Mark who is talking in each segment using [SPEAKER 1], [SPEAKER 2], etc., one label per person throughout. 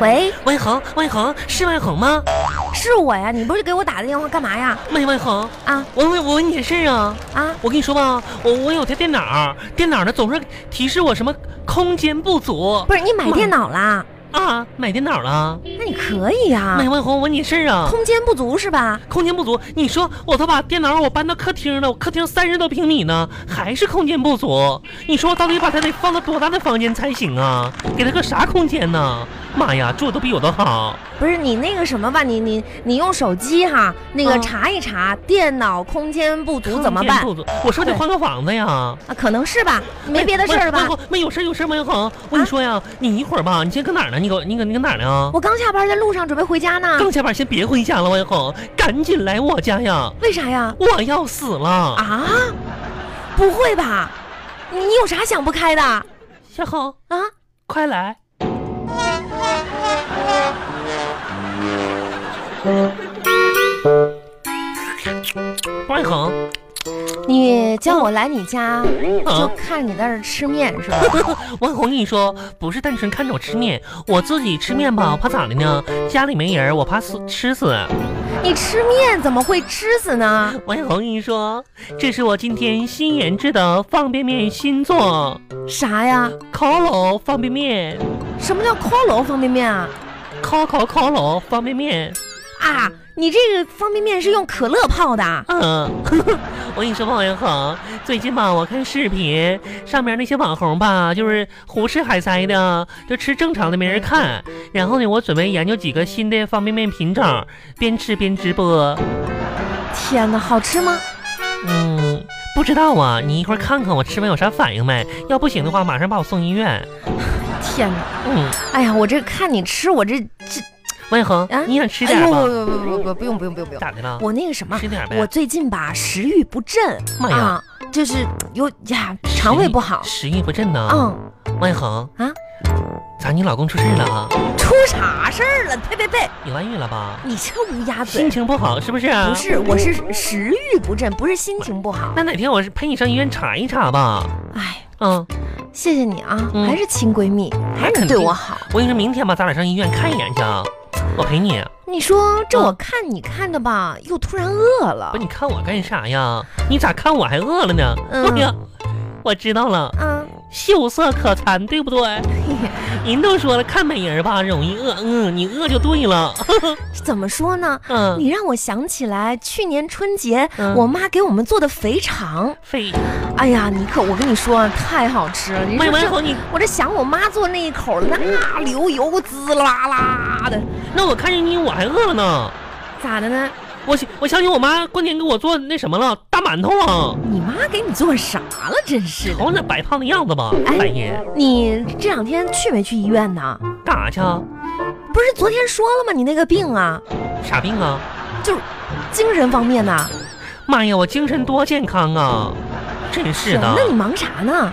[SPEAKER 1] 喂，
[SPEAKER 2] 万恒，万恒，是万恒吗？
[SPEAKER 1] 是我呀，你不是给我打的电话干嘛呀？
[SPEAKER 2] 妹，万恒，
[SPEAKER 1] 啊
[SPEAKER 2] 我问我问你件事儿啊，
[SPEAKER 1] 啊，
[SPEAKER 2] 我跟你说吧，我我有台电脑，电脑呢总是提示我什么空间不足
[SPEAKER 1] 不是你买电脑啦？
[SPEAKER 2] 啊，买电脑了。
[SPEAKER 1] 那你可以呀、
[SPEAKER 2] 妹，万恒，我问你件事儿啊，
[SPEAKER 1] 啊空间不足是吧？
[SPEAKER 2] 空间不足，你说我都把电脑我搬到客厅了，我客厅三十多平米呢，还是空间不足，你说我到底把它得放到多大的房间才行啊？给它个啥空间呢？妈呀，住的都比我都好。
[SPEAKER 1] 不是你那个什么吧，你你你用手机哈，那个
[SPEAKER 2] 嗯
[SPEAKER 1] 查一查、电脑空间不足怎么
[SPEAKER 2] 空间
[SPEAKER 1] 办
[SPEAKER 2] 不足？我是不是得
[SPEAKER 1] 对
[SPEAKER 2] 换个房子呀？
[SPEAKER 1] 啊？可能是吧，没别的事儿了吧啊
[SPEAKER 2] 没？有没有事儿有事儿没有恒，我跟你说呀，你一会儿吧，你先搁哪儿呢？你搁你搁你搁哪儿呢啊？
[SPEAKER 1] 我啊刚下班，在路上准备回家呢。
[SPEAKER 2] 刚下班先别回家了，万恒，赶紧来我家呀！
[SPEAKER 1] 为啥呀？
[SPEAKER 2] 我要死了，
[SPEAKER 1] 啊？不会吧？你你有啥想不开的啊？
[SPEAKER 2] 小恒，快来！万恒，
[SPEAKER 1] 你叫我来你家，就
[SPEAKER 2] 啊
[SPEAKER 1] 看你在这儿吃面是吧？
[SPEAKER 2] 万恒，跟你说，不是单纯看着我吃面，我自己吃面吧，我怕咋的呢？家里没人，我怕死吃死。
[SPEAKER 1] 你吃面怎么会吃死呢？
[SPEAKER 2] 王小红跟你说，这是我今天新研制的方便面新作
[SPEAKER 1] 啥呀？
[SPEAKER 2] 烤楼方便面，
[SPEAKER 1] 什么叫扣楼方便面啊？
[SPEAKER 2] 烤烤烤楼方便面。
[SPEAKER 1] 啊，你这个方便面是用可乐泡的啊？
[SPEAKER 2] 嗯， 我跟你说吧，王小红，最近吧，我看视频上面那些网红吧，就是胡吃海塞的，就吃正常的没人看。然后呢，我准备研究几个新的方便面品种，边吃边直播。
[SPEAKER 1] 天哪，好吃吗？
[SPEAKER 2] 嗯，不知道啊，你一会儿看看我吃完有啥反应没？要不行的话，马上把我送医院。
[SPEAKER 1] 天哪！
[SPEAKER 2] 嗯，
[SPEAKER 1] 哎呀，我这看你吃，我这这，
[SPEAKER 2] 王小红
[SPEAKER 1] 啊，
[SPEAKER 2] 你想吃
[SPEAKER 1] 哎
[SPEAKER 2] 点
[SPEAKER 1] 呦，
[SPEAKER 2] 吧？
[SPEAKER 1] 不不不不不不用不用不用不用，
[SPEAKER 2] 咋的了？
[SPEAKER 1] 我那个什么
[SPEAKER 2] 吃，点呗。
[SPEAKER 1] 我最近吧食欲不振
[SPEAKER 2] 妈呀
[SPEAKER 1] 啊，就是有呀肠胃不好，
[SPEAKER 2] 食欲不振呢。
[SPEAKER 1] 嗯，
[SPEAKER 2] 万一恒
[SPEAKER 1] 啊，
[SPEAKER 2] 咋你老公出事了啊？
[SPEAKER 1] 出啥事儿了？呸呸呸！
[SPEAKER 2] 你外遇了吧？
[SPEAKER 1] 你这乌鸦
[SPEAKER 2] 心
[SPEAKER 1] 嘴！
[SPEAKER 2] 情啊不好是不是？
[SPEAKER 1] 不。是，我是食欲不振，不是心情不好。
[SPEAKER 2] 那哪天我是陪你上医院查一查吧。
[SPEAKER 1] 哎，
[SPEAKER 2] 嗯，
[SPEAKER 1] 谢谢你啊，
[SPEAKER 2] 嗯
[SPEAKER 1] 还是亲闺蜜，还是
[SPEAKER 2] 肯定
[SPEAKER 1] 你对我好。
[SPEAKER 2] 我跟你说，明天吧，咱俩上医院看一眼去啊。我陪你。
[SPEAKER 1] 你说这
[SPEAKER 2] 嗯
[SPEAKER 1] 我看你看的吧，又突然饿了
[SPEAKER 2] 不，。你看我干啥呀？你咋看我还饿了呢？
[SPEAKER 1] 嗯
[SPEAKER 2] 哎呀，我知道了，
[SPEAKER 1] 啊，
[SPEAKER 2] 秀色可餐，对 不对？人都说了，看美人吧容易饿，嗯，你饿就对了。
[SPEAKER 1] 怎么说呢？
[SPEAKER 2] 嗯，
[SPEAKER 1] 你让我想起来去年春节
[SPEAKER 2] 嗯
[SPEAKER 1] 我妈给我们做的肥肠，
[SPEAKER 2] 非
[SPEAKER 1] 哎呀，你可我跟你说太好吃了，你
[SPEAKER 2] 没
[SPEAKER 1] 说
[SPEAKER 2] 完
[SPEAKER 1] 这
[SPEAKER 2] 好你
[SPEAKER 1] 我这想我妈做那一口，那流油滋啦啦的，
[SPEAKER 2] 那我看见你我还饿了呢。
[SPEAKER 1] 咋的呢？
[SPEAKER 2] 我想我想起我妈过年给我做那什么了，大馒头啊，
[SPEAKER 1] 你妈给你做啥了？真是的！
[SPEAKER 2] 瞅那白胖的样子吧，
[SPEAKER 1] 哎
[SPEAKER 2] 大爷，
[SPEAKER 1] 你这两天去没去医院呢？
[SPEAKER 2] 干啥去啊？
[SPEAKER 1] 不是昨天说了吗？你那个病啊，
[SPEAKER 2] 啥病啊？
[SPEAKER 1] 就是精神方面呐。
[SPEAKER 2] 妈呀，我精神多健康啊！真是的，嗯
[SPEAKER 1] 那你忙啥呢？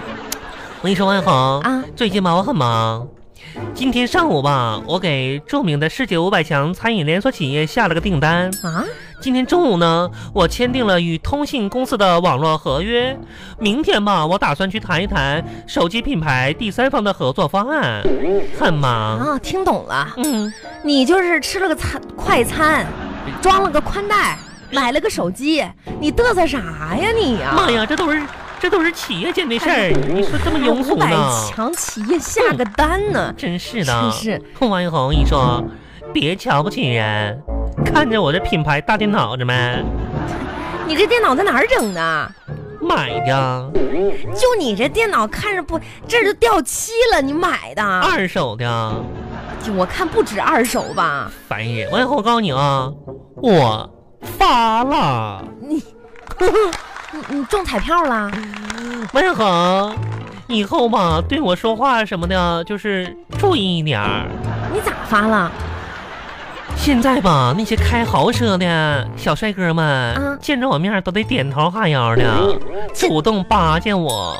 [SPEAKER 2] 我跟你说，万恒
[SPEAKER 1] 啊，
[SPEAKER 2] 最近吧我很忙。今天上午吧，我给著名的世界五百强餐饮连锁企业下了个订单。
[SPEAKER 1] 啊？
[SPEAKER 2] 今天中午呢，我签订了与通信公司的网络合约。明天吧，我打算去谈一谈手机品牌第三方的合作方案。很忙，
[SPEAKER 1] 啊，听懂了，
[SPEAKER 2] 嗯。
[SPEAKER 1] 你就是吃了个餐快餐，装了个宽带，买了个手机，你嘚瑟啥呀你啊呀、
[SPEAKER 2] 妈哎呀，这都是这都是企业间的事儿，
[SPEAKER 1] 哎
[SPEAKER 2] 你说这么庸
[SPEAKER 1] 五
[SPEAKER 2] 俗
[SPEAKER 1] 百
[SPEAKER 2] 呢？
[SPEAKER 1] 强企业下个单呢，
[SPEAKER 2] 真是
[SPEAKER 1] 真
[SPEAKER 2] 的，
[SPEAKER 1] 是
[SPEAKER 2] 王一红，你说别瞧不起人，看着我这品牌大电脑子没
[SPEAKER 1] 你这电脑在哪儿整的？
[SPEAKER 2] 买的，
[SPEAKER 1] 就你这电脑看着不，这儿就掉漆了，你买的？
[SPEAKER 2] 二手的，
[SPEAKER 1] 我看不止二手吧？
[SPEAKER 2] 烦人！王一红，我告诉你啊，我发了，
[SPEAKER 1] 你，你你中彩票了？
[SPEAKER 2] 王一红，以后吧，对我说话什么的，就是注意一点儿。
[SPEAKER 1] 你咋发了？
[SPEAKER 2] 现在吧，那些开豪车的小帅哥们，
[SPEAKER 1] 嗯
[SPEAKER 2] 见着我面都得点头哈腰的，
[SPEAKER 1] 这
[SPEAKER 2] 主动巴结我。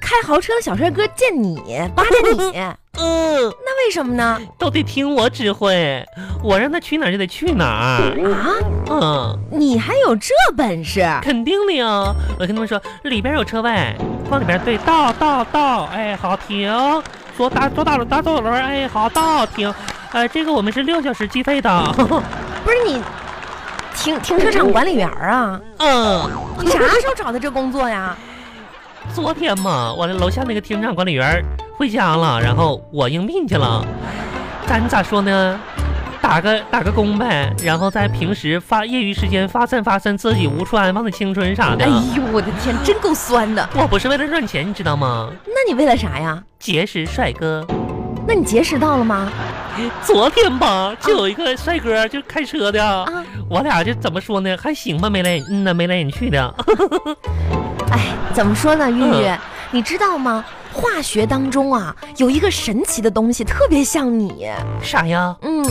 [SPEAKER 1] 开豪车的小帅哥见你扒着 你，
[SPEAKER 2] 嗯，
[SPEAKER 1] 那为什么呢？
[SPEAKER 2] 都得听我指挥，我让他去哪儿就得去哪儿。
[SPEAKER 1] 啊，
[SPEAKER 2] 嗯，
[SPEAKER 1] 你还有这本事？
[SPEAKER 2] 肯定的呀。我跟他们说，里边有车位，往里边对，倒倒倒，哎，好停。左打左打轮，打左轮，哎，好倒停。呃，这个我们是六小时计费的。
[SPEAKER 1] 不是你停停车场管理员啊？
[SPEAKER 2] 嗯，
[SPEAKER 1] 你 啥时候找的这工作呀？
[SPEAKER 2] 昨天嘛，我楼下那个停车场管理员回家了，然后我应聘去了。咱咋说呢？打个打个工呗，然后在平时发业余时间发散发散自己无处安放的青春啥的。
[SPEAKER 1] 哎呦，我的天，真够酸的。
[SPEAKER 2] 我不是为了赚钱，你知道吗？
[SPEAKER 1] 那你为了啥呀？
[SPEAKER 2] 结识帅哥。
[SPEAKER 1] 那你结识到了吗？
[SPEAKER 2] 昨天吧，就有一个帅哥，就开车的，
[SPEAKER 1] 啊，
[SPEAKER 2] 我俩就怎么说呢，还行吧，眉来嗯呐，眉来眼去的。
[SPEAKER 1] 哎，怎么说呢，玉玉，你知道吗？化学当中啊，有一个神奇的东西，特别像你。
[SPEAKER 2] 啥呀？
[SPEAKER 1] 嗯，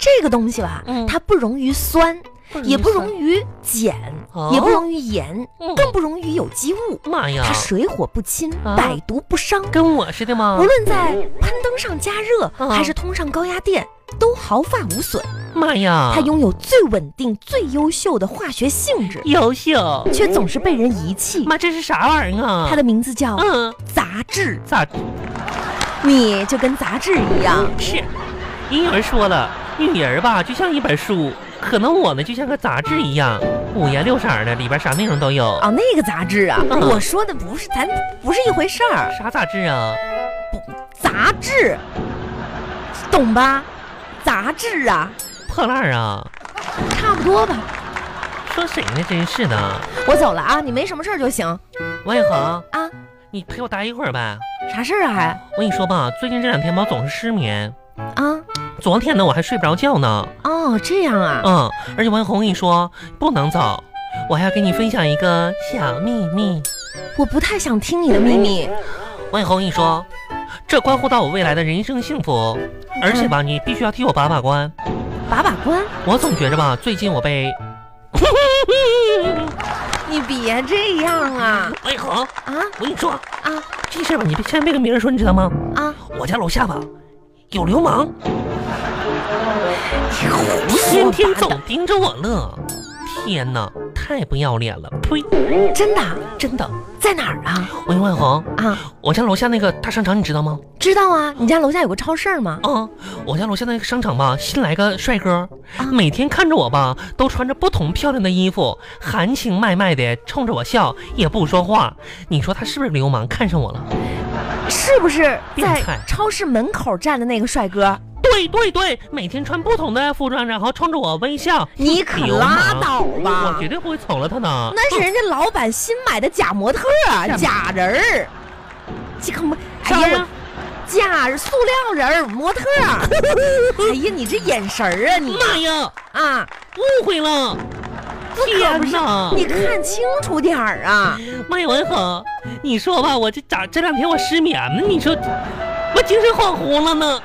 [SPEAKER 1] 这个东西吧，
[SPEAKER 2] 嗯
[SPEAKER 1] 它不溶于酸，也不溶于碱，
[SPEAKER 2] 哦
[SPEAKER 1] 也不溶于盐，
[SPEAKER 2] 嗯
[SPEAKER 1] 更不溶于有机物。
[SPEAKER 2] 妈呀
[SPEAKER 1] 它，水火不侵，
[SPEAKER 2] 啊
[SPEAKER 1] 百毒不伤。
[SPEAKER 2] 跟我似的吗
[SPEAKER 1] 无？论在攀登上加热，
[SPEAKER 2] 啊
[SPEAKER 1] 还是通上高压电，都毫发无损。
[SPEAKER 2] 妈呀，
[SPEAKER 1] 它拥有最稳定、最优秀的化学性质，
[SPEAKER 2] 优秀。
[SPEAKER 1] 却总是被人遗弃。
[SPEAKER 2] 妈，这是啥玩意儿啊？
[SPEAKER 1] 它
[SPEAKER 2] 的
[SPEAKER 1] 的名字叫
[SPEAKER 2] 嗯，
[SPEAKER 1] 杂质，
[SPEAKER 2] 咋
[SPEAKER 1] 你就跟杂质一样。
[SPEAKER 2] 是？也有人说了，女人吧就像一本书，可能我呢就像个杂志一样，五颜六色的，里边啥内容都有。
[SPEAKER 1] 哦，那个杂质啊，
[SPEAKER 2] 嗯
[SPEAKER 1] 我说的不是咱不是一回事儿，
[SPEAKER 2] 啥杂志啊？
[SPEAKER 1] 杂质，懂吧？杂质啊，
[SPEAKER 2] 破烂儿啊？
[SPEAKER 1] 差不多吧。
[SPEAKER 2] 说谁呢？真是的，
[SPEAKER 1] 我走了啊，你没什么事儿就行
[SPEAKER 2] 王一恒。
[SPEAKER 1] 啊。
[SPEAKER 2] 你陪我待一会儿呗。
[SPEAKER 1] 啥事儿啊还
[SPEAKER 2] 我跟你说吧，最近这两天吧，总是失眠。
[SPEAKER 1] 啊？
[SPEAKER 2] 昨天呢，我还睡不着觉呢。
[SPEAKER 1] 哦，这样啊。
[SPEAKER 2] 嗯，而且王一红，我跟你说，不能走，我还要跟你分享一个小秘密。
[SPEAKER 1] 我不太想听你的秘密。
[SPEAKER 2] 王一红，我跟你说，这关乎到我未来的人生幸福，而且吧，你必须要替我把把关。
[SPEAKER 1] 把把关，
[SPEAKER 2] 我总觉着吧，最近我被……
[SPEAKER 1] 你别这样啊
[SPEAKER 2] 王一红，
[SPEAKER 1] 啊
[SPEAKER 2] 我跟你说，
[SPEAKER 1] 啊
[SPEAKER 2] 这事儿吧，你别千万别跟别人说，你知道吗？
[SPEAKER 1] 啊！
[SPEAKER 2] 我家楼下吧，有流氓。
[SPEAKER 1] 胡
[SPEAKER 2] 天
[SPEAKER 1] 说
[SPEAKER 2] 天
[SPEAKER 1] 八道
[SPEAKER 2] 总，盯着我乐，天哪，太不要脸了！呸，
[SPEAKER 1] 真的啊
[SPEAKER 2] 真的。
[SPEAKER 1] 在哪儿啊？
[SPEAKER 2] 我跟万红，
[SPEAKER 1] 啊，
[SPEAKER 2] 我家楼下那个大商场你知道吗？
[SPEAKER 1] 知道啊，你家楼下有个超市吗？
[SPEAKER 2] 啊，我家楼下那个商场吧，新来个帅哥，
[SPEAKER 1] 啊
[SPEAKER 2] 每天看着我吧，都穿着不同漂亮的衣服，含情脉脉的冲着我笑，也不说话。你说他是不是流氓？看上我了？
[SPEAKER 1] 是不是
[SPEAKER 2] 变
[SPEAKER 1] 在
[SPEAKER 2] 态
[SPEAKER 1] 超市门口站的那个帅哥？
[SPEAKER 2] 对对对，每天穿不同的服装，然后冲着我微笑。
[SPEAKER 1] 你可
[SPEAKER 2] 流氓
[SPEAKER 1] 拉倒吧
[SPEAKER 2] 我绝对不会瞅了他呢。
[SPEAKER 1] 那是人家老板新买的假模特儿，假人儿。这可不，
[SPEAKER 2] 啥
[SPEAKER 1] 哎
[SPEAKER 2] 呀
[SPEAKER 1] 呀，？我假塑料人儿模特儿。 哎呀，你这眼神儿啊，你
[SPEAKER 2] 妈呀，
[SPEAKER 1] 啊，
[SPEAKER 2] 误会了！
[SPEAKER 1] 不可不
[SPEAKER 2] 天
[SPEAKER 1] 是
[SPEAKER 2] 哪，！
[SPEAKER 1] 你看清楚点儿 啊！
[SPEAKER 2] 妈呀，文恒，你说吧，我这咋这两天我失眠呢？你说我精神恍惚了呢？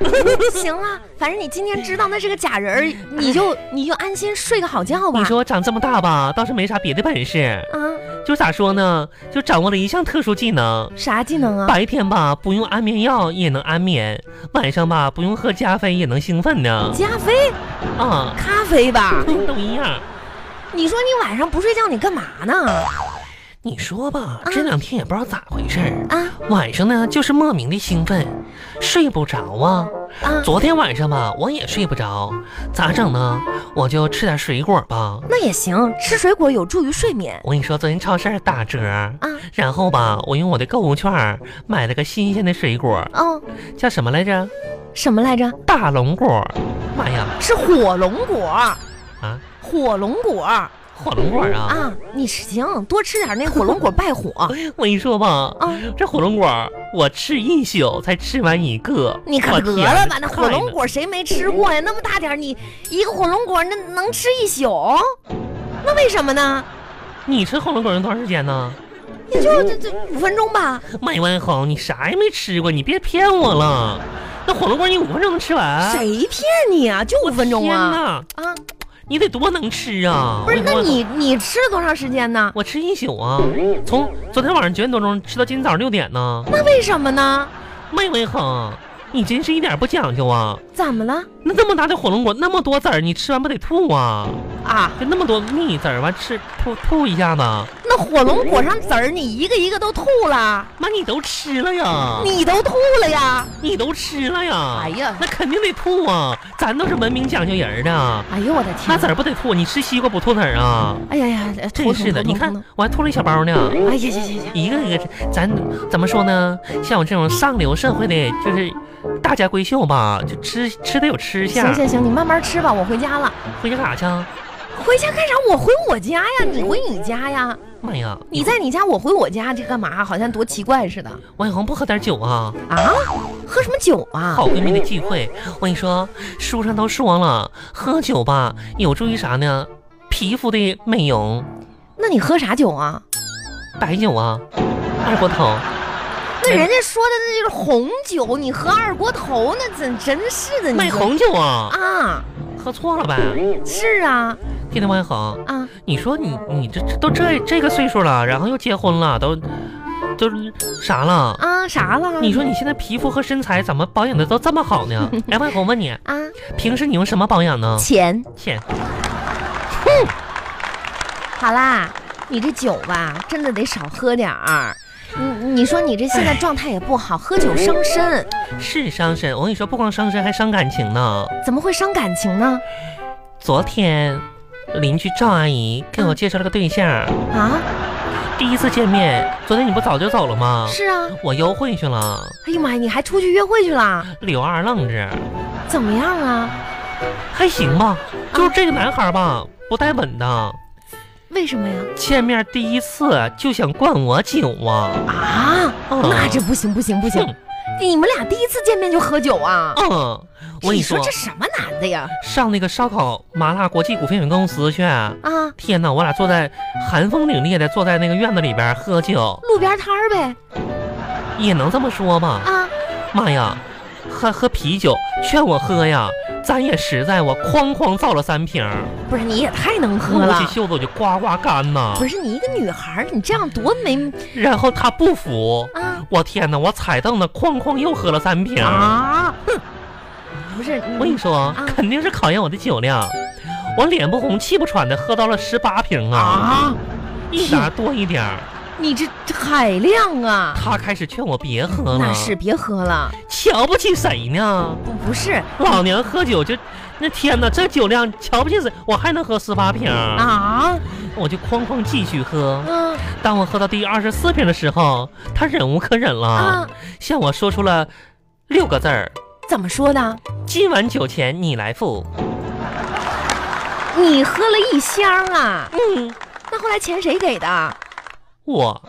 [SPEAKER 1] 行了，反正你今天知道那是个假人儿，你就你就安心睡个好觉吧。
[SPEAKER 2] 哎你说我长这么大吧，倒是没啥别的本事，
[SPEAKER 1] 啊，
[SPEAKER 2] 就咋说呢，就掌握了一项特殊技能。
[SPEAKER 1] 啥技能啊？
[SPEAKER 2] 白天吧不用安眠药也能安眠，晚上吧不用喝加菲也能兴奋呢。
[SPEAKER 1] 加菲
[SPEAKER 2] 啊，
[SPEAKER 1] 咖啡吧？
[SPEAKER 2] 都一样。
[SPEAKER 1] 你说你晚上不睡觉，你干嘛呢？
[SPEAKER 2] 你说吧，
[SPEAKER 1] 啊
[SPEAKER 2] 这两天也不知道咋回事儿，
[SPEAKER 1] 啊
[SPEAKER 2] 晚上呢就是莫名的兴奋，睡不着啊。
[SPEAKER 1] 啊，
[SPEAKER 2] 昨天晚上吧，我也睡不着，咋整呢？我就吃点水果吧。
[SPEAKER 1] 那也行，吃水果有助于睡眠
[SPEAKER 2] 我跟你说，昨天超市打折，
[SPEAKER 1] 啊。
[SPEAKER 2] 然后吧，我用我的购物券儿买了个新鲜的水果，
[SPEAKER 1] 哦，
[SPEAKER 2] 叫什么来着？
[SPEAKER 1] 什么来着？
[SPEAKER 2] 大龙果。妈呀，
[SPEAKER 1] 是火龙果
[SPEAKER 2] 啊，
[SPEAKER 1] 火龙果啊！
[SPEAKER 2] 火龙果啊！
[SPEAKER 1] 你行，多吃点那火龙 果败火啊！
[SPEAKER 2] 我跟你说吧，这火龙果儿我吃一宿才吃完一个。
[SPEAKER 1] 你可
[SPEAKER 2] 我
[SPEAKER 1] 得
[SPEAKER 2] 天
[SPEAKER 1] 了吧，那
[SPEAKER 2] 太
[SPEAKER 1] 火龙
[SPEAKER 2] 难
[SPEAKER 1] 果谁没吃过呀？那么大点儿，你一个火龙果那能吃一宿？那为什么呢？
[SPEAKER 2] 你吃火龙果用多长时间呢？
[SPEAKER 1] 也
[SPEAKER 2] 哎
[SPEAKER 1] 就这这五分钟吧。
[SPEAKER 2] 麦文红，你啥也没吃过，你别骗我了。那火龙果你五分钟能吃完？
[SPEAKER 1] 谁骗你啊？就五分钟
[SPEAKER 2] 天
[SPEAKER 1] 啊！
[SPEAKER 2] 呐，
[SPEAKER 1] 啊，
[SPEAKER 2] 你得多能吃啊！
[SPEAKER 1] 不是，
[SPEAKER 2] 我
[SPEAKER 1] 那
[SPEAKER 2] 我
[SPEAKER 1] 你你吃了多长时间呢？
[SPEAKER 2] 我吃一宿啊，从昨天晚上九点多钟吃到今天早上六点呢。
[SPEAKER 1] 那为什么呢？
[SPEAKER 2] 妹妹哼，你真是一点不讲究啊！
[SPEAKER 1] 怎么了
[SPEAKER 2] 那这么大的火龙果，那么多籽儿，你吃完不得吐啊？
[SPEAKER 1] 啊？
[SPEAKER 2] 就那么多蜜籽儿，完吃吐吐一下子，
[SPEAKER 1] 那火龙果上籽儿，你一个一个都吐了，
[SPEAKER 2] 妈你都吃了呀？
[SPEAKER 1] 你都吐了呀？
[SPEAKER 2] 你都吃了呀？
[SPEAKER 1] 哎呀
[SPEAKER 2] 那肯定得吐啊！咱都是文明讲究人儿的，
[SPEAKER 1] 哎呦我的
[SPEAKER 2] 那
[SPEAKER 1] 天
[SPEAKER 2] 籽！儿不得吐？你吃西瓜不吐籽儿啊？
[SPEAKER 1] 哎呀呀，
[SPEAKER 2] 真是的，你看我还吐了一小包呢。
[SPEAKER 1] 哎呀呀呀呀！
[SPEAKER 2] 一个一个吃，咱怎么说呢？像我这种上流社会的，就是大家闺秀吧，就吃吃得有吃
[SPEAKER 1] 行
[SPEAKER 2] 相。
[SPEAKER 1] 行行，你慢慢吃吧，我回家了。
[SPEAKER 2] 回家干啥去？啊？
[SPEAKER 1] 回家干啥？我回我家呀，
[SPEAKER 2] 嗯
[SPEAKER 1] 你回你家呀。
[SPEAKER 2] 妈呀！
[SPEAKER 1] 你在你家，我回我家，这干嘛？好像多奇怪似的
[SPEAKER 2] 王小红不喝点酒啊？
[SPEAKER 1] 啊！喝什么酒啊？
[SPEAKER 2] 好闺蜜的聚会，我跟你说，书上都说了，喝酒吧有助于啥呢？皮肤的美容，
[SPEAKER 1] 那你喝啥酒啊？
[SPEAKER 2] 白酒啊，二锅头。
[SPEAKER 1] 那人家说的那就是红酒，你喝二锅头，那真真是的，你
[SPEAKER 2] 卖
[SPEAKER 1] 这
[SPEAKER 2] 红酒啊？
[SPEAKER 1] 啊？
[SPEAKER 2] 喝错了呗？
[SPEAKER 1] 是啊
[SPEAKER 2] 听听王小红，
[SPEAKER 1] 啊！
[SPEAKER 2] 你说你你这这都这这个岁数了，然后又结婚了，都都啥了？
[SPEAKER 1] 啊，啥了？
[SPEAKER 2] 你说你现在皮肤和身材怎么保养的都这么 好呢？来，万红问你，
[SPEAKER 1] 啊，
[SPEAKER 2] 平时你用什么保养呢？
[SPEAKER 1] 钱
[SPEAKER 2] 切，
[SPEAKER 1] 好啦，你这酒吧真的得少喝点儿。你你说你这现在状态也不好，喝酒伤身，
[SPEAKER 2] 是伤身。我跟你说，不光伤身，还伤感情呢。
[SPEAKER 1] 怎么会伤感情呢？
[SPEAKER 2] 昨天邻居赵阿姨给我介绍了个对象，
[SPEAKER 1] 啊，
[SPEAKER 2] 第一次见面。昨天你不早就走了吗？
[SPEAKER 1] 是啊，
[SPEAKER 2] 我幽会去了，
[SPEAKER 1] 哎呀妈呀，你还出去约会去了？
[SPEAKER 2] 柳二愣子，
[SPEAKER 1] 怎么样啊？
[SPEAKER 2] 还行吧，
[SPEAKER 1] 嗯
[SPEAKER 2] 就是这个男孩吧，不带稳的。
[SPEAKER 1] 为什么呀？
[SPEAKER 2] 见面第一次就想灌我酒啊！
[SPEAKER 1] 啊，
[SPEAKER 2] 嗯
[SPEAKER 1] 那这不行不行不行！
[SPEAKER 2] 哼
[SPEAKER 1] 你们俩第一次见面就喝酒啊？
[SPEAKER 2] 嗯，我跟
[SPEAKER 1] 你
[SPEAKER 2] 你
[SPEAKER 1] 说
[SPEAKER 2] 说，
[SPEAKER 1] 这什么男的呀？
[SPEAKER 2] 上那个烧烤麻辣国际股份有限公司去。
[SPEAKER 1] 啊，
[SPEAKER 2] 天哪，我俩坐在寒风凛冽的，坐在那个院子里边喝酒，
[SPEAKER 1] 路边摊儿呗。
[SPEAKER 2] 也能这么说吧？
[SPEAKER 1] 啊，
[SPEAKER 2] 妈呀，喝喝啤酒，劝我喝呀，咱也实在，我哐哐造了三瓶儿，
[SPEAKER 1] 不是你也太能喝
[SPEAKER 2] 撸
[SPEAKER 1] 了
[SPEAKER 2] 起。袖子我就呱呱干呐。
[SPEAKER 1] 不是你一个女孩儿，你这样多没
[SPEAKER 2] 然后他不服，
[SPEAKER 1] 啊
[SPEAKER 2] 我天哪，我踩凳子哐哐又喝了三瓶儿。
[SPEAKER 1] 啊！不是
[SPEAKER 2] 我跟你
[SPEAKER 1] 你
[SPEAKER 2] 说，
[SPEAKER 1] 啊
[SPEAKER 2] 肯定是考验我的酒量。我脸不红气不喘的喝到了十八瓶啊，
[SPEAKER 1] 啊，
[SPEAKER 2] 一打多一点儿。
[SPEAKER 1] 你这这海量啊！
[SPEAKER 2] 他开始劝我别喝了，
[SPEAKER 1] 那是别喝了，
[SPEAKER 2] 瞧不起谁呢？
[SPEAKER 1] 不不是
[SPEAKER 2] 老娘喝酒就，那天哪，这酒量瞧不起谁？我还能喝十八瓶啊！
[SPEAKER 1] 啊
[SPEAKER 2] 我就哐哐继续喝。
[SPEAKER 1] 啊
[SPEAKER 2] 当我喝到第二十四瓶的时候，他忍无可忍了，
[SPEAKER 1] 啊！
[SPEAKER 2] 向我说出了六个字儿：
[SPEAKER 1] 怎么说的？
[SPEAKER 2] 今晚酒钱你来付。
[SPEAKER 1] 你喝了一箱啊？
[SPEAKER 2] 嗯，
[SPEAKER 1] 那后来钱谁给的？
[SPEAKER 2] 我